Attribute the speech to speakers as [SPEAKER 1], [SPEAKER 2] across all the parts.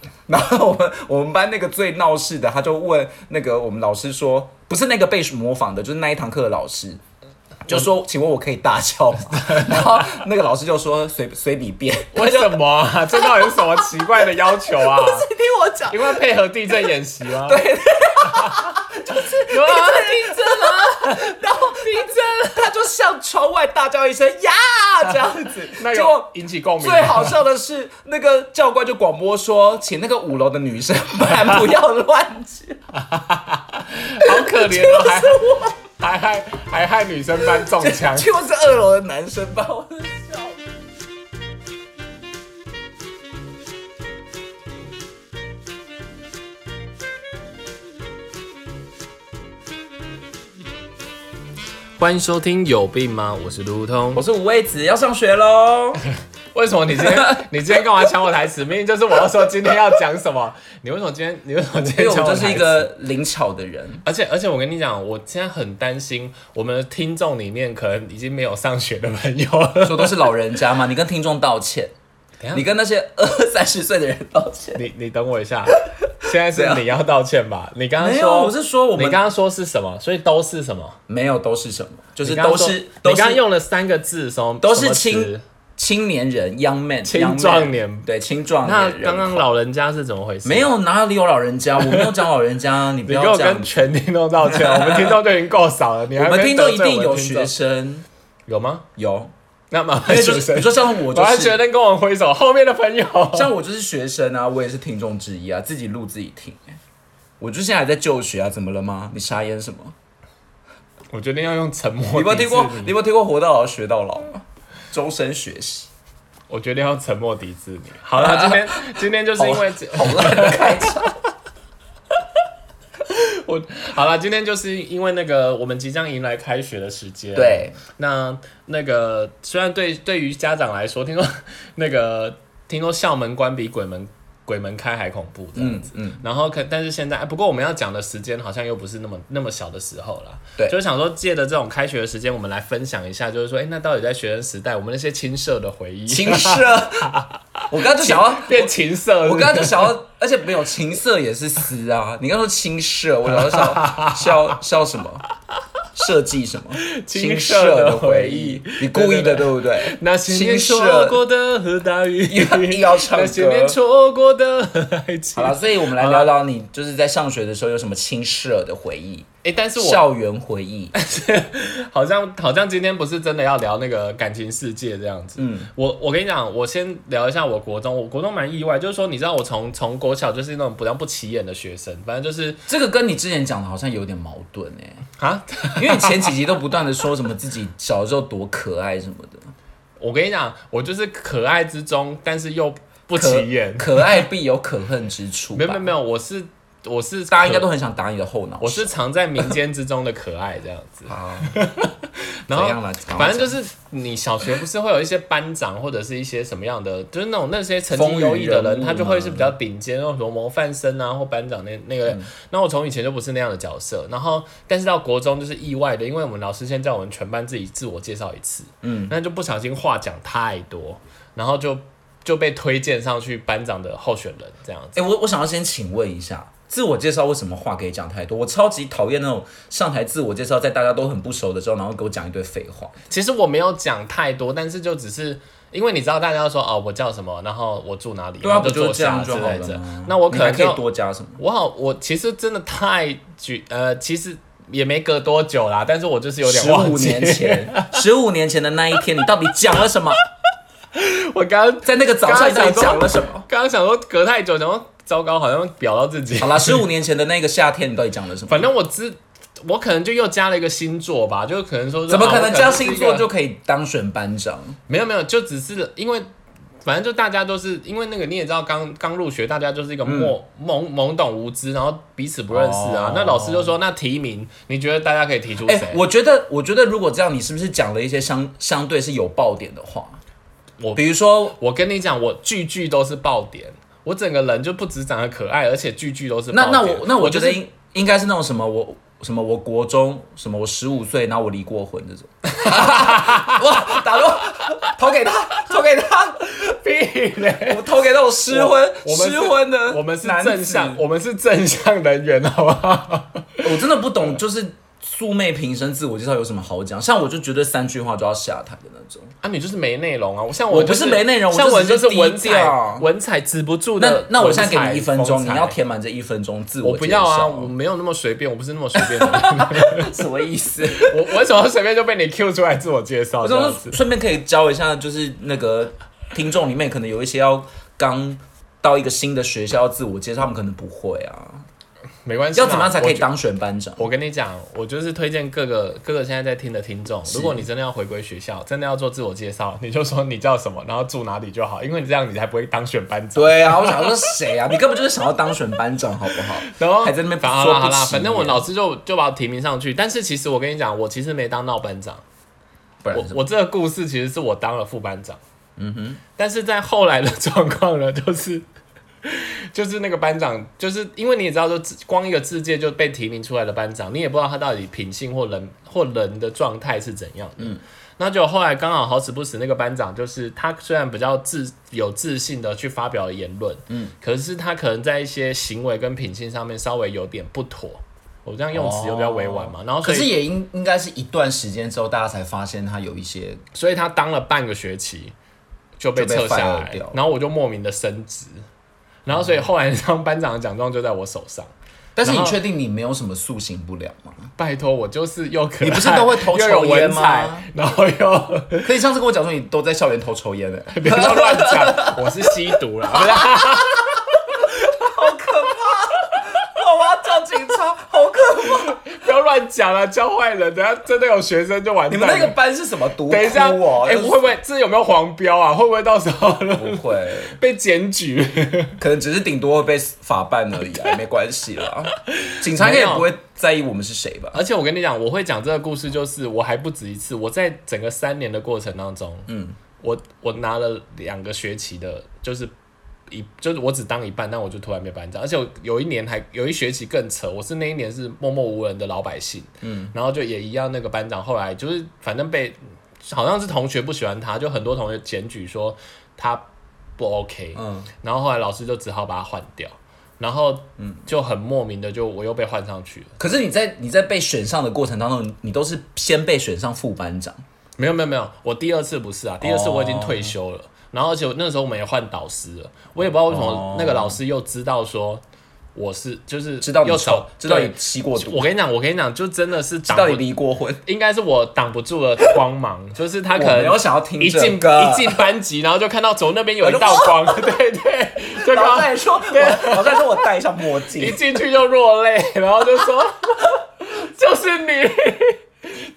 [SPEAKER 1] 然后我们我们班那个最闹事的，他就问那个我们老师说，不是那个被模仿的，就是那一堂课的老师。 就说，请问我可以大笑吗？ 然后那个老师就说随随你便，
[SPEAKER 2] 为什么啊？ 这到底是什么奇怪的要求啊？
[SPEAKER 3] 你听我讲，
[SPEAKER 2] 因为配合地震演习吗？ 对，就是有啊，
[SPEAKER 3] 地震 了，然后地 震
[SPEAKER 1] 他就向窗外大叫一声呀，这样 子。
[SPEAKER 2] 那
[SPEAKER 1] 结果
[SPEAKER 2] 有引起共鸣吗。
[SPEAKER 1] 最好笑的是，那个教官就广播说，请那个五楼的女生们不要乱 讲。
[SPEAKER 2] 好可怜哦， 还还害还害女生班中枪。
[SPEAKER 1] 结果是二楼的男生把我真的笑死。
[SPEAKER 2] 欢迎收听有病吗？我是卢通
[SPEAKER 1] 我。是五味子，要上学 喽。
[SPEAKER 2] 为什么你今 天你今天干嘛抢我台词？明明就是我要说今天要讲什么，你为什么今天你为什么今
[SPEAKER 1] 因
[SPEAKER 2] 天
[SPEAKER 1] 为我
[SPEAKER 2] 抢我
[SPEAKER 1] 就是
[SPEAKER 2] 台词？
[SPEAKER 1] 一个灵巧的人，
[SPEAKER 2] 而且而且我跟你讲，我现在很担心我们的听众里面可能已经没有上学的朋友了。
[SPEAKER 1] 说都是老人家嘛，你跟听众道歉
[SPEAKER 2] 等一下，
[SPEAKER 1] 你跟那些二三十岁的人道歉。
[SPEAKER 2] 你你等我 一下，现在是你要道歉吧？你刚刚
[SPEAKER 1] 啊没有，
[SPEAKER 2] 说
[SPEAKER 1] 我是说我
[SPEAKER 2] 你
[SPEAKER 1] 们
[SPEAKER 2] 刚刚说是什么？所以都是什么？
[SPEAKER 1] 没有都是什么，就是
[SPEAKER 2] 你刚刚
[SPEAKER 1] 都
[SPEAKER 2] 说
[SPEAKER 1] 是
[SPEAKER 2] 你
[SPEAKER 1] 都
[SPEAKER 2] 刚刚
[SPEAKER 1] 是
[SPEAKER 2] 用了三个字，什么
[SPEAKER 1] 都是
[SPEAKER 2] 什么
[SPEAKER 1] 青
[SPEAKER 2] 词
[SPEAKER 1] 青年人，young man，
[SPEAKER 2] 青
[SPEAKER 1] young man
[SPEAKER 2] 壮年
[SPEAKER 1] 对青壮
[SPEAKER 2] 那
[SPEAKER 1] 年人。
[SPEAKER 2] 刚刚老人家是怎么回事？
[SPEAKER 1] 没。有哪里有老人家，我没有讲老人 家，你不
[SPEAKER 2] 你给我
[SPEAKER 1] 要这样
[SPEAKER 2] 跟。全听众道歉，我们听众就已经够少了，你还
[SPEAKER 1] 我们
[SPEAKER 2] 没
[SPEAKER 1] 听众
[SPEAKER 2] 得
[SPEAKER 1] 一
[SPEAKER 2] 罪
[SPEAKER 1] 定
[SPEAKER 2] 我
[SPEAKER 1] 有
[SPEAKER 2] 们听众
[SPEAKER 1] 学生，
[SPEAKER 2] 有吗？
[SPEAKER 1] 有，
[SPEAKER 2] 那麻烦
[SPEAKER 1] 因为
[SPEAKER 2] 学
[SPEAKER 1] 就是
[SPEAKER 2] 生
[SPEAKER 1] 比如说像我就
[SPEAKER 2] 我还
[SPEAKER 1] 是
[SPEAKER 2] 觉，得跟我挥手，后面的朋友。
[SPEAKER 1] 像我就是学生啊，我也是听众之一啊，自己录自己听。我就现在还在就学啊，怎么了吗？你傻眼什么？
[SPEAKER 2] 我决定要用沉默。
[SPEAKER 1] 你有没有听过？你有
[SPEAKER 2] 你
[SPEAKER 1] 没有听过“活到老学到老”吗？终身学习，
[SPEAKER 2] 我决定要沉默抵制你。好 了，今天今天就是因为
[SPEAKER 1] 好烂的开场。
[SPEAKER 2] 我好了，今天就是因为那个我们即将迎来开学的时 间。
[SPEAKER 1] 对，
[SPEAKER 2] 那那个虽然对对于家长来说，听说那个听说校门关比鬼门鬼门开还恐怖这样
[SPEAKER 1] 嗯
[SPEAKER 2] 子。
[SPEAKER 1] 嗯，
[SPEAKER 2] 然后可，但是现在，哎不过我们要讲的时间好像又不是那么那么小的时候了。
[SPEAKER 1] 对
[SPEAKER 2] 就想说借着这种开学的时间，我们来分享一下，就是说，哎，那到底在学生时代，我们那些青涩的回忆，
[SPEAKER 1] 情色。 我刚刚就想要，
[SPEAKER 2] 变情色是
[SPEAKER 1] 我
[SPEAKER 2] 不是
[SPEAKER 1] 刚刚就想要，而且没有情色也是丝啊。你刚说情色，我想要 笑笑笑什么？设计什么？
[SPEAKER 2] 青
[SPEAKER 1] 情
[SPEAKER 2] 涩
[SPEAKER 1] 色
[SPEAKER 2] 的
[SPEAKER 1] 的
[SPEAKER 2] 回
[SPEAKER 1] 回
[SPEAKER 2] 忆
[SPEAKER 1] 忆，你故意
[SPEAKER 2] 对对对
[SPEAKER 1] 的对不对？
[SPEAKER 2] 那些年
[SPEAKER 1] 青涩
[SPEAKER 2] 错过的大雨，
[SPEAKER 1] 又要唱歌
[SPEAKER 2] 那些年错过的爱
[SPEAKER 1] 好
[SPEAKER 2] 情。
[SPEAKER 1] 了，所以我们来聊聊你就是在上学的时候有什么青涩的回忆，
[SPEAKER 2] 哎、但是我
[SPEAKER 1] 校园回忆。
[SPEAKER 2] 好像好像今天不是真的要聊那个感情世界这样子。
[SPEAKER 1] 嗯，
[SPEAKER 2] 我我跟你讲，我先聊一下我国中，我国中蛮意外，就是说你知道我从从国小就是那种比较不起眼的学生，反正就是
[SPEAKER 1] 这个跟你之前讲的好像有点矛盾 哎、
[SPEAKER 2] 啊，
[SPEAKER 1] 因为你前几集都不断的说什么自己小时候多可爱什么的，
[SPEAKER 2] 我跟你讲，我就是可爱之中，但是又不
[SPEAKER 1] 可
[SPEAKER 2] 起眼。
[SPEAKER 1] 可爱必有可恨之处吧。
[SPEAKER 2] 没有没有没有，我是我是
[SPEAKER 1] 大家应该
[SPEAKER 2] 可
[SPEAKER 1] 都很想打你的后脑勺。
[SPEAKER 2] 我是藏在民间之中的可爱这样子。
[SPEAKER 1] 好，
[SPEAKER 2] 然
[SPEAKER 1] 怎样
[SPEAKER 2] 后
[SPEAKER 1] 啦
[SPEAKER 2] 反正就是你小学不是会有一些班长或者是一些什么样的，就是那种那些成绩优异的
[SPEAKER 1] 风云人
[SPEAKER 2] 人，
[SPEAKER 1] 物
[SPEAKER 2] 他就会是比较顶尖，那种什么模范生啊或班长那那个。
[SPEAKER 1] 嗯
[SPEAKER 2] 那我从以前就不是那样的角色，然后但是到国中就是意外的，因为我们老师先叫我们全班自己自我介绍一次，嗯，那就不小心话讲太多，然后就就被推荐上去班长的候选人这样子。
[SPEAKER 1] 哎、我我想要先请问一下，自我介绍为什么话可以讲太多？我超级讨厌那种上台自我介绍，在大家都很不熟的时候，然后给我讲一堆废话。
[SPEAKER 2] 其实我没有讲太多，但是就只是因为你知道大家都说哦，我叫什么，然后我住哪里，
[SPEAKER 1] 对
[SPEAKER 2] 然
[SPEAKER 1] 啊，
[SPEAKER 2] 后
[SPEAKER 1] 不
[SPEAKER 2] 坐
[SPEAKER 1] 就这
[SPEAKER 2] 下
[SPEAKER 1] 样
[SPEAKER 2] 之
[SPEAKER 1] 就好
[SPEAKER 2] 类
[SPEAKER 1] 了
[SPEAKER 2] 的
[SPEAKER 1] 吗。
[SPEAKER 2] 那我可
[SPEAKER 1] 你还
[SPEAKER 2] 能
[SPEAKER 1] 可以
[SPEAKER 2] 就
[SPEAKER 1] 多加什么？
[SPEAKER 2] 我好，我其实真的太举呃，其实也没隔多久啦，但是我就是有点
[SPEAKER 1] 十
[SPEAKER 2] 忘
[SPEAKER 1] 五
[SPEAKER 2] 记。
[SPEAKER 1] 年前，十五年前的那一天，你到底讲了什么？
[SPEAKER 2] 我刚刚
[SPEAKER 1] 在那个早上，你到底
[SPEAKER 2] 刚刚想
[SPEAKER 1] 讲
[SPEAKER 2] 说
[SPEAKER 1] 了什么？
[SPEAKER 2] 刚刚想说隔太久，然后糟糕，好像表到自己
[SPEAKER 1] 好。啦，十五年前的那个夏天，你到底讲了什么？
[SPEAKER 2] 反正我知，我可能就又加了一个星座吧，就可能说是
[SPEAKER 1] 怎么
[SPEAKER 2] 啊
[SPEAKER 1] 可
[SPEAKER 2] 我
[SPEAKER 1] 能
[SPEAKER 2] 能
[SPEAKER 1] 加
[SPEAKER 2] 是
[SPEAKER 1] 星
[SPEAKER 2] 一
[SPEAKER 1] 座
[SPEAKER 2] 个
[SPEAKER 1] 就可以当选班长？
[SPEAKER 2] 没有没有，就只是因为。反正就大家都是因为那个你也知道刚刚入学，大家就是一个懵懵懵懂无知，然后彼此不认识
[SPEAKER 1] 嗯
[SPEAKER 2] 啊。
[SPEAKER 1] 哦
[SPEAKER 2] 那老师就说，那提名你觉得大家可以提出
[SPEAKER 1] 哎、
[SPEAKER 2] 谁？
[SPEAKER 1] 我觉得，我觉得如果这样，你是不是讲了一些相相对是有爆点的话？
[SPEAKER 2] 我
[SPEAKER 1] 比如说，
[SPEAKER 2] 我跟你讲，我句句都是爆点，我整个人就不只长得可爱，而且句句都是
[SPEAKER 1] 那
[SPEAKER 2] 爆
[SPEAKER 1] 那
[SPEAKER 2] 点
[SPEAKER 1] 我那我觉
[SPEAKER 2] 就
[SPEAKER 1] 得
[SPEAKER 2] 是
[SPEAKER 1] 应、应该是那种什么我。什么？我国中什么？我十五岁，然后我离过婚这种， 哇，打入投给他，投给他，
[SPEAKER 2] 屁 嘞！
[SPEAKER 1] 我投给那种失婚
[SPEAKER 2] 我们是
[SPEAKER 1] 失婚的
[SPEAKER 2] 我们是
[SPEAKER 1] 男子
[SPEAKER 2] 正向，我们是正向人员，好 不好？
[SPEAKER 1] 我真的不懂，就是素昧平生，自我介绍有什么好讲？像我就觉得三句话就要下台的那种。
[SPEAKER 2] 啊，你就是没内容啊！我像
[SPEAKER 1] 我
[SPEAKER 2] 我
[SPEAKER 1] 不是没内容我
[SPEAKER 2] 像我
[SPEAKER 1] 就只
[SPEAKER 2] 就
[SPEAKER 1] 是
[SPEAKER 2] 是文
[SPEAKER 1] 低调
[SPEAKER 2] 采，文采止不住
[SPEAKER 1] 那
[SPEAKER 2] 的。
[SPEAKER 1] 那我现在给你一分钟，
[SPEAKER 2] 文
[SPEAKER 1] 你
[SPEAKER 2] 采
[SPEAKER 1] 要。填满这一分钟自
[SPEAKER 2] 我
[SPEAKER 1] 介绍。啊
[SPEAKER 2] 不要啊！我没有那么随便，我不是那么随便的 人。
[SPEAKER 1] 什么意思？
[SPEAKER 2] 我我为什么随便就被你 Q 出来自我介 绍
[SPEAKER 1] 我
[SPEAKER 2] 这
[SPEAKER 1] 说
[SPEAKER 2] 样子？
[SPEAKER 1] 顺便可以教一下，就是那个听众里面可能有一些要刚到一个新的学校要自我介绍，他们可能不会啊。
[SPEAKER 2] 没关系啦，
[SPEAKER 1] 要怎么样才可
[SPEAKER 2] 我
[SPEAKER 1] 以
[SPEAKER 2] 觉
[SPEAKER 1] 当选班长？
[SPEAKER 2] 我跟你讲，我就是推荐各个各个现在在听的听众，如果你真的要回归学校，真的要做自我介绍，你就说你叫什么，然后住哪里就好，因为你这样你才不会当选班 长。
[SPEAKER 1] 对啊，我想说谁啊？你根本就是想要当选班长，好不好？
[SPEAKER 2] 然后
[SPEAKER 1] 还在那边
[SPEAKER 2] 反好
[SPEAKER 1] 说
[SPEAKER 2] 啦
[SPEAKER 1] 不
[SPEAKER 2] 好啦，
[SPEAKER 1] 起啊
[SPEAKER 2] 反正我
[SPEAKER 1] 耶
[SPEAKER 2] 老师就就把我提名上去，但是其实我跟你讲，我其实没当到班长，
[SPEAKER 1] 不然
[SPEAKER 2] 我
[SPEAKER 1] 是
[SPEAKER 2] 我这个故事其实是我当了副班长，嗯哼，但是在后来的状况呢，就是。 就是那个班长，就是因为你也知道，就光一个自介就被提名出来的班长，你也不知道他到底品性或人或人的状态是怎样的。嗯，那就后来刚好好死不死，那个班长就是他虽然比较自有自信的去发表了言论，嗯，可是他可能在一些行为跟品性上面稍微有点不妥。我这样用词又比较委婉嘛，然后
[SPEAKER 1] 哦
[SPEAKER 2] 所
[SPEAKER 1] 可是
[SPEAKER 2] 以
[SPEAKER 1] 也应应该是一段时间之后，大家才发现他有一些
[SPEAKER 2] 所以他当了半个学期就被撤下
[SPEAKER 1] 就被 fire
[SPEAKER 2] 来
[SPEAKER 1] 掉了，
[SPEAKER 2] 然后我就莫名的升职，然后所以后来当班长的奖状就在我手上。
[SPEAKER 1] 但是你
[SPEAKER 2] 然后
[SPEAKER 1] 确定你没有什么塑形不良吗？
[SPEAKER 2] 拜托，我就是又可爱，
[SPEAKER 1] 你不是都会偷
[SPEAKER 2] 又有
[SPEAKER 1] 抽烟
[SPEAKER 2] 文
[SPEAKER 1] 吗
[SPEAKER 2] 采，然后又
[SPEAKER 1] 可以上次跟我讲说你都在校园偷抽烟的、
[SPEAKER 2] 别要乱讲，我是吸毒啦，不 是啊
[SPEAKER 3] 我要叫警察，好可怕！
[SPEAKER 2] 不要乱讲啦，教坏人，等下真的有学生就 完
[SPEAKER 1] 你
[SPEAKER 2] 蛋
[SPEAKER 1] 们
[SPEAKER 2] 了。
[SPEAKER 1] 那个班是什么毒窟
[SPEAKER 2] 等一下，
[SPEAKER 1] 哦？
[SPEAKER 2] 哎、会不会这有没有黄标啊？会不会到时候
[SPEAKER 1] 不会，
[SPEAKER 2] 被检举？
[SPEAKER 1] 可能只是顶多会被法办而已、啊，没关系啦。警察应该也不会在意我们是谁吧？
[SPEAKER 2] 而且我跟你讲，我会讲这个故事，就是我还不止一次，我在整个三年的过程当中，嗯，我我拿了两个学期的，就是一就是我只当一半，但我就突然被班长，而且我有一年还有一学期更扯，我是那一年是默默无闻的老百姓，嗯，然后就也一样，那个班长后来就是反正被好像是同学不喜欢他，就很多同学检举说他不 OK，
[SPEAKER 1] 嗯，
[SPEAKER 2] 然后后来老师就只好把他换掉。然后，嗯，就很莫名的，就我又被换上去了。
[SPEAKER 1] 可是你在你在被选上的过程当中，你你都是先被选上副班长，
[SPEAKER 2] 没有没有没有，我第二次不是啊，第二次我已经退休了，然后而且我那时候我们也换导师了，我也不知道为什
[SPEAKER 1] 哦
[SPEAKER 2] 么那个老师又知道说我是就是
[SPEAKER 1] 知道你
[SPEAKER 2] 又
[SPEAKER 1] 抽
[SPEAKER 2] 少，
[SPEAKER 1] 知道你
[SPEAKER 2] 对
[SPEAKER 1] 吸过毒，
[SPEAKER 2] 我跟你讲，我跟你讲，就真的是
[SPEAKER 1] 知
[SPEAKER 2] 挡
[SPEAKER 1] 道你
[SPEAKER 2] 不，
[SPEAKER 1] 离过婚。
[SPEAKER 2] 应该是我挡不住了光芒， 就是他可
[SPEAKER 1] 我
[SPEAKER 2] 能
[SPEAKER 1] 没有想要听
[SPEAKER 2] 一进
[SPEAKER 1] 这个
[SPEAKER 2] 一进班级，然后就看到走那边有一道 光，对对，就
[SPEAKER 1] 老
[SPEAKER 2] 刚
[SPEAKER 1] 师还说，我老师还说我戴上墨
[SPEAKER 2] 一
[SPEAKER 1] 镜，
[SPEAKER 2] 进去就落泪，然后就说 就是你，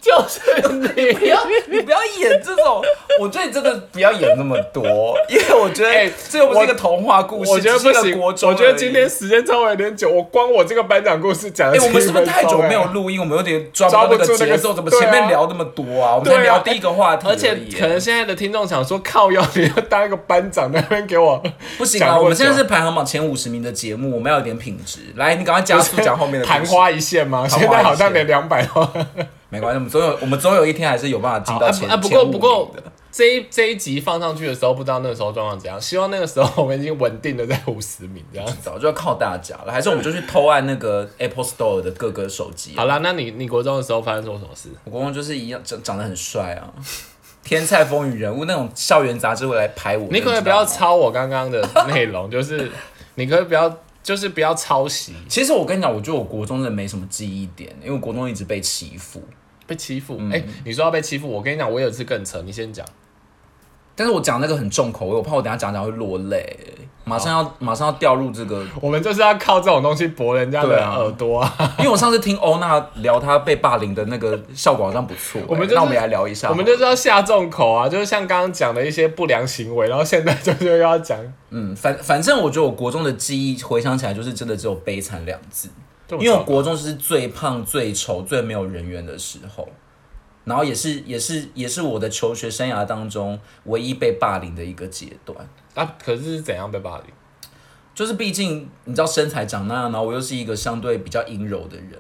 [SPEAKER 2] 就是你，
[SPEAKER 1] 不要 你不要演这种，我觉得你真的不要演那么多，因为我觉
[SPEAKER 2] 哎
[SPEAKER 1] 得这又不是
[SPEAKER 2] 我
[SPEAKER 1] 一个童话故事，
[SPEAKER 2] 我觉得
[SPEAKER 1] 只
[SPEAKER 2] 不
[SPEAKER 1] 是一
[SPEAKER 2] 行，
[SPEAKER 1] 个国中而
[SPEAKER 2] 我
[SPEAKER 1] 已。
[SPEAKER 2] 觉得今天时间稍微有点久，我光我这个班长故事讲了
[SPEAKER 1] 哎、
[SPEAKER 2] 11
[SPEAKER 1] 我们是不是太久
[SPEAKER 2] 分钟
[SPEAKER 1] 没有
[SPEAKER 2] 哎？
[SPEAKER 1] 录音？我们有点抓
[SPEAKER 2] 抓
[SPEAKER 1] 不
[SPEAKER 2] 不
[SPEAKER 1] 到那
[SPEAKER 2] 住
[SPEAKER 1] 个
[SPEAKER 2] 那
[SPEAKER 1] 节
[SPEAKER 2] 个
[SPEAKER 1] 奏，怎么
[SPEAKER 2] 对啊
[SPEAKER 1] 前面聊那么多啊？我们
[SPEAKER 2] 对啊
[SPEAKER 1] 才聊第一个话题已
[SPEAKER 2] 而
[SPEAKER 1] 耶，
[SPEAKER 2] 且可能现在的听众想说，靠腰，你要当一个班长在那边给我
[SPEAKER 1] 不行
[SPEAKER 2] 讲
[SPEAKER 1] 啊！
[SPEAKER 2] 那么
[SPEAKER 1] 我们现在
[SPEAKER 2] 久
[SPEAKER 1] 是排行榜前五十名的节目，我们要有点品质。来，你赶快加速讲后面 的故事
[SPEAKER 2] 昙，花一现吗？
[SPEAKER 1] 昙花一
[SPEAKER 2] 现
[SPEAKER 1] 现
[SPEAKER 2] 在好像连两百都
[SPEAKER 1] 没关系，我们总有我们总有一天还是有办法进
[SPEAKER 2] 啊
[SPEAKER 1] 到前
[SPEAKER 2] 啊！不过
[SPEAKER 1] 前五
[SPEAKER 2] 不过
[SPEAKER 1] 名的。
[SPEAKER 2] 这一这一集放上去的时候，不知道那个时候状况怎样。希望那个时候我们已经稳定的在五十名这样。
[SPEAKER 1] 早就要靠大家了，还是我们就去偷按那个 Apple Store 的各个手机啊
[SPEAKER 2] 好啦，那你你国中的时候发生过什么事？
[SPEAKER 1] 我公公就是一样长长得很帅啊， 天才风云人物那种校园杂志会来拍我。
[SPEAKER 2] 你可不可以
[SPEAKER 1] 知
[SPEAKER 2] 不
[SPEAKER 1] 道
[SPEAKER 2] 要
[SPEAKER 1] 吗。
[SPEAKER 2] 抄我刚刚的内容，就是你可不可以不要，就是不要抄袭，
[SPEAKER 1] 其实我跟你讲，我觉得我国中真的没什么记忆点，因为我国中一直被欺负。
[SPEAKER 2] 被欺负。
[SPEAKER 1] 嗯
[SPEAKER 2] 哎、你说要被欺负，我跟你讲，我有一次更扯，你先讲。
[SPEAKER 1] 但是我讲那个很重口味，我怕我等一下讲讲会落泪，马上
[SPEAKER 2] 哦
[SPEAKER 1] 要马上要掉入这个，
[SPEAKER 2] 我们就是要靠这种东西博人家
[SPEAKER 1] 对
[SPEAKER 2] 的
[SPEAKER 1] 啊
[SPEAKER 2] 耳朵啊！
[SPEAKER 1] 因为我上次听欧娜聊她被霸凌的那个效果好像不错、
[SPEAKER 2] 我们
[SPEAKER 1] 欸
[SPEAKER 2] 就是
[SPEAKER 1] 那我们来聊一下好
[SPEAKER 2] 我
[SPEAKER 1] 了，
[SPEAKER 2] 们就是要下重口啊，就是像刚刚讲的一些不良行为，然后现在 就是又要讲，
[SPEAKER 1] 嗯，反反正我觉得我国中的记忆回想起来就是真的只有悲惨两字，
[SPEAKER 2] 因
[SPEAKER 1] 因为我国中是最胖、最丑、最没有人缘的时候，然后也是也是也是我的求学生涯当中唯一被霸凌的一个阶段。
[SPEAKER 2] 啊，可是是怎样被霸凌？
[SPEAKER 1] 就是毕竟你知道身材长那样，然后我又是一个相对比较阴柔的人，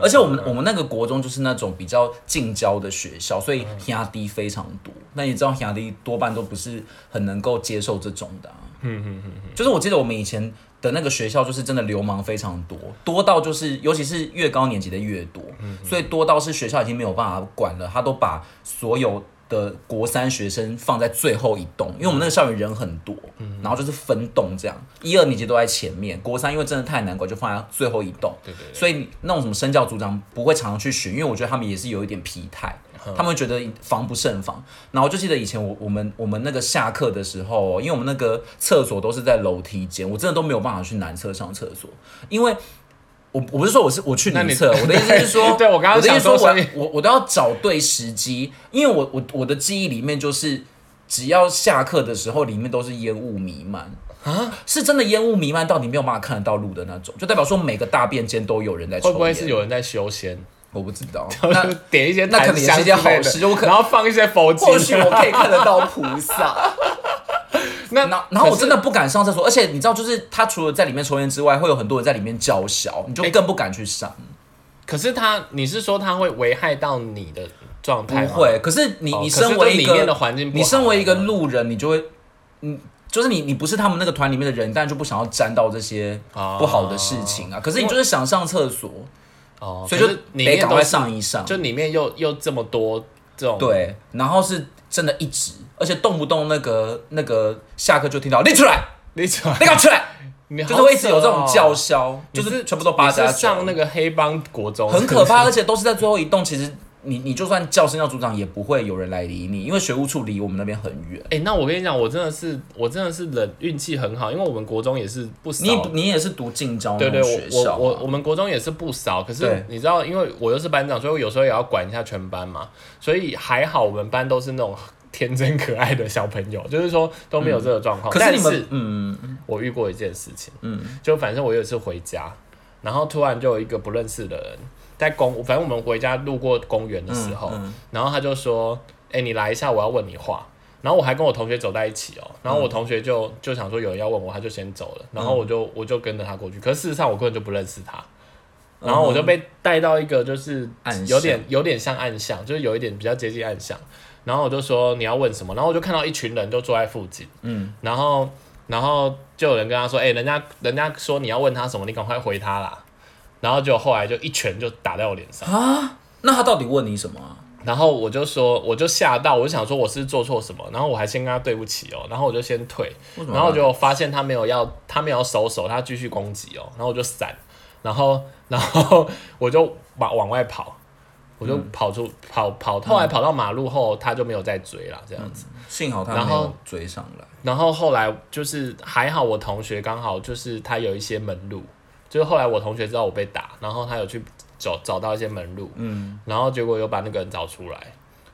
[SPEAKER 1] 而且我们我们那个国中就是那种比较近郊的学校，所以压低非常多。那你知道压低多半都不是很能够接受这种的、啊，
[SPEAKER 2] 嗯嗯嗯，
[SPEAKER 1] 就是我记得我们以前的那个学校，就是真的流氓非常多，多到就是尤其是越高年级的越多，
[SPEAKER 2] 嗯
[SPEAKER 1] 所以多到是学校已经没有办法管了，他都把所有的国三学生放在最后一栋，因为我们那个校园人很多，
[SPEAKER 2] 嗯
[SPEAKER 1] 然后就是分栋这样，一二年级都在前面，国三因为真的太难管，就放在最后一栋，
[SPEAKER 2] 对对对，
[SPEAKER 1] 所以那种什么身教组长不会常常去巡，因为我觉得他们也是有一点疲态，
[SPEAKER 2] 嗯
[SPEAKER 1] 他们觉得防不胜防。然后我就记得以前我我们我们那个下课的时候，因为我们那个厕所都是在楼梯间，我真的都没有办法去男厕上厕所，因为。我我不是说我是我去
[SPEAKER 2] 那
[SPEAKER 1] 女
[SPEAKER 2] 你
[SPEAKER 1] 厕，我的意思是说，
[SPEAKER 2] 对我刚
[SPEAKER 1] 的
[SPEAKER 2] 刚
[SPEAKER 1] 意思
[SPEAKER 2] 想
[SPEAKER 1] 是说
[SPEAKER 2] 说
[SPEAKER 1] 我
[SPEAKER 2] 所以
[SPEAKER 1] 我我都要找对时机，因为我我我的记忆里面就是，只要下课的时候，里面都是烟雾弥漫，
[SPEAKER 2] 啊
[SPEAKER 1] 是真的烟雾弥漫到你没有办法看得到路的那种，就代表说每个大便间都有人在抽
[SPEAKER 2] 会
[SPEAKER 1] 烟。
[SPEAKER 2] 不会是有人在修仙？
[SPEAKER 1] 我不知 道。
[SPEAKER 2] 然后
[SPEAKER 1] 那
[SPEAKER 2] 就点一些
[SPEAKER 1] 那可能也是一件好事
[SPEAKER 2] 檀香之类的
[SPEAKER 1] 就我可
[SPEAKER 2] 然后放一些佛经。
[SPEAKER 1] 或许我可以看得到菩萨。
[SPEAKER 2] 那
[SPEAKER 1] 然后然后我真
[SPEAKER 2] 的
[SPEAKER 1] 的不敢上厕所，而且你知道，就是他除了在里面抽烟之外，会有很多人在里面叫嚣，你就
[SPEAKER 2] 哎
[SPEAKER 1] 更不敢去上。
[SPEAKER 2] 嗯可是他，你是说他会危害到你的状态？
[SPEAKER 1] 不，会，可是你
[SPEAKER 2] 哦
[SPEAKER 1] 你
[SPEAKER 2] 可是
[SPEAKER 1] 身为
[SPEAKER 2] 就
[SPEAKER 1] 一
[SPEAKER 2] 里面
[SPEAKER 1] 个
[SPEAKER 2] 的环境不好
[SPEAKER 1] 你身为一个路人，你就会，嗯，就是你你不是他们那个团里面的人，但就不想要沾到这些不好的事情啊。可是你就是想上厕所，
[SPEAKER 2] 哦，
[SPEAKER 1] 所以
[SPEAKER 2] 可
[SPEAKER 1] 就是
[SPEAKER 2] 里
[SPEAKER 1] 得
[SPEAKER 2] 面
[SPEAKER 1] 赶
[SPEAKER 2] 都
[SPEAKER 1] 快
[SPEAKER 2] 是
[SPEAKER 1] 上一上。
[SPEAKER 2] 就里面又又这么多这种，
[SPEAKER 1] 对，然后是真的一直，而且动不动那个那个下课就听到你出来，
[SPEAKER 2] 你怎么
[SPEAKER 1] 你给我出来。
[SPEAKER 2] 你
[SPEAKER 1] 就是会一直有这种叫
[SPEAKER 2] 嚣，
[SPEAKER 1] 嚣，就
[SPEAKER 2] 哦你
[SPEAKER 1] 是全部都八
[SPEAKER 2] 你
[SPEAKER 1] 加
[SPEAKER 2] 是
[SPEAKER 1] 九
[SPEAKER 2] 上那个黑帮国中，
[SPEAKER 1] 很可 怕，而且都是在最后一栋。其实你你就算叫声要组长，也不会有人来理你，因为学务处离我们那边很远。
[SPEAKER 2] 哎、那我跟你讲，我真的是我真的是人运气很好，因为我们国中也是不少。
[SPEAKER 1] 你你也是读近郊那
[SPEAKER 2] 对对，
[SPEAKER 1] 种学
[SPEAKER 2] 我
[SPEAKER 1] 校
[SPEAKER 2] 我
[SPEAKER 1] 啊，
[SPEAKER 2] 我我们国中也是不少，可
[SPEAKER 1] 对
[SPEAKER 2] 是你知道，因为我又是班长，所以我有时候也要管一下全班嘛，所以还好我们班都是那种 天真可爱的小朋友，就是说都没有这个状况。
[SPEAKER 1] 可是
[SPEAKER 2] 但
[SPEAKER 1] 你
[SPEAKER 2] 是
[SPEAKER 1] 们嗯，
[SPEAKER 2] 我遇过一件事情，嗯，就反正我有一次回家，然后突然就有一个不认识的人在公，反正我们回家路过公园的时候，
[SPEAKER 1] 嗯
[SPEAKER 2] 然后他就说：“哎、你来一下，我要问你话。”然后我还跟我同学走在一起哦，然后我同学就就想说有人要问我，他就先走了，然后我
[SPEAKER 1] 嗯
[SPEAKER 2] 就我就跟着他过去，可是事实上我根本就不认识他，然后我就被带到一个就是
[SPEAKER 1] 暗巷
[SPEAKER 2] 有点有点像暗巷，就是有一点比较接近暗巷，然后我就说你要问什么，然后我就看到一群人就坐在附近，嗯，然后然后就有人跟他说，哎、人家人家说你要问他什么，你赶快回他啦，然后就后来就一拳就打在我脸上。
[SPEAKER 1] 啊那他到底问你什么啊？
[SPEAKER 2] 然后我就说，我就吓到，我就想说我是做错什么，然后我还先跟他对不起哦，然后我就先退，
[SPEAKER 1] 为什么
[SPEAKER 2] 然后我就发现他没有要，他没有要收手，他继续攻击哦，然后我就闪，然后 然后我就往往外跑，我就
[SPEAKER 1] 嗯
[SPEAKER 2] 跑出、跑跑，后来跑到马路后，他就没有再追了，这样子。
[SPEAKER 1] 幸好他
[SPEAKER 2] 然
[SPEAKER 1] 没
[SPEAKER 2] 后
[SPEAKER 1] 有追上来。
[SPEAKER 2] 然后后来就是还好，我同学刚好就是他有一些门路，就是后来我同学知道我被打，然后他有去找找到一些门路，嗯，然后结果又把那个人找出来，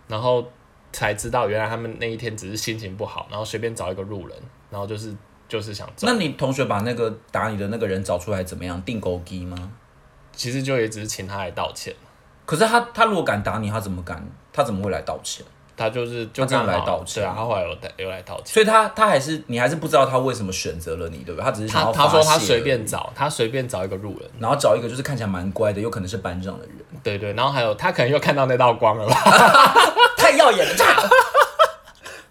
[SPEAKER 2] 然后才知道原来他们那一天只是心情不好，然后随便找一个路人，然后就是就是想走，
[SPEAKER 1] 那你同学把那个打你的那个人找出来怎么样？定勾机吗？
[SPEAKER 2] 其实就也只是请他来道歉，
[SPEAKER 1] 可是他他如果敢打你，他怎么敢？他怎么会来道歉？
[SPEAKER 2] 他就是就
[SPEAKER 1] 他真的
[SPEAKER 2] 刚好
[SPEAKER 1] 来道歉
[SPEAKER 2] 对啊，他后来有来有来道歉。
[SPEAKER 1] 所以他他还是你还是不知道他为什么选择了你，对不对？他只是想
[SPEAKER 2] 他
[SPEAKER 1] 要
[SPEAKER 2] 他说
[SPEAKER 1] 发
[SPEAKER 2] 他
[SPEAKER 1] 泄
[SPEAKER 2] 随
[SPEAKER 1] 而
[SPEAKER 2] 便
[SPEAKER 1] 已，
[SPEAKER 2] 找，他随便找一个路人，
[SPEAKER 1] 然后找一个就是看起来蛮乖的，有可能是班上的人。
[SPEAKER 2] 对对，然后还有他可能又看到那道光了吧，
[SPEAKER 1] 太耀眼了，炸！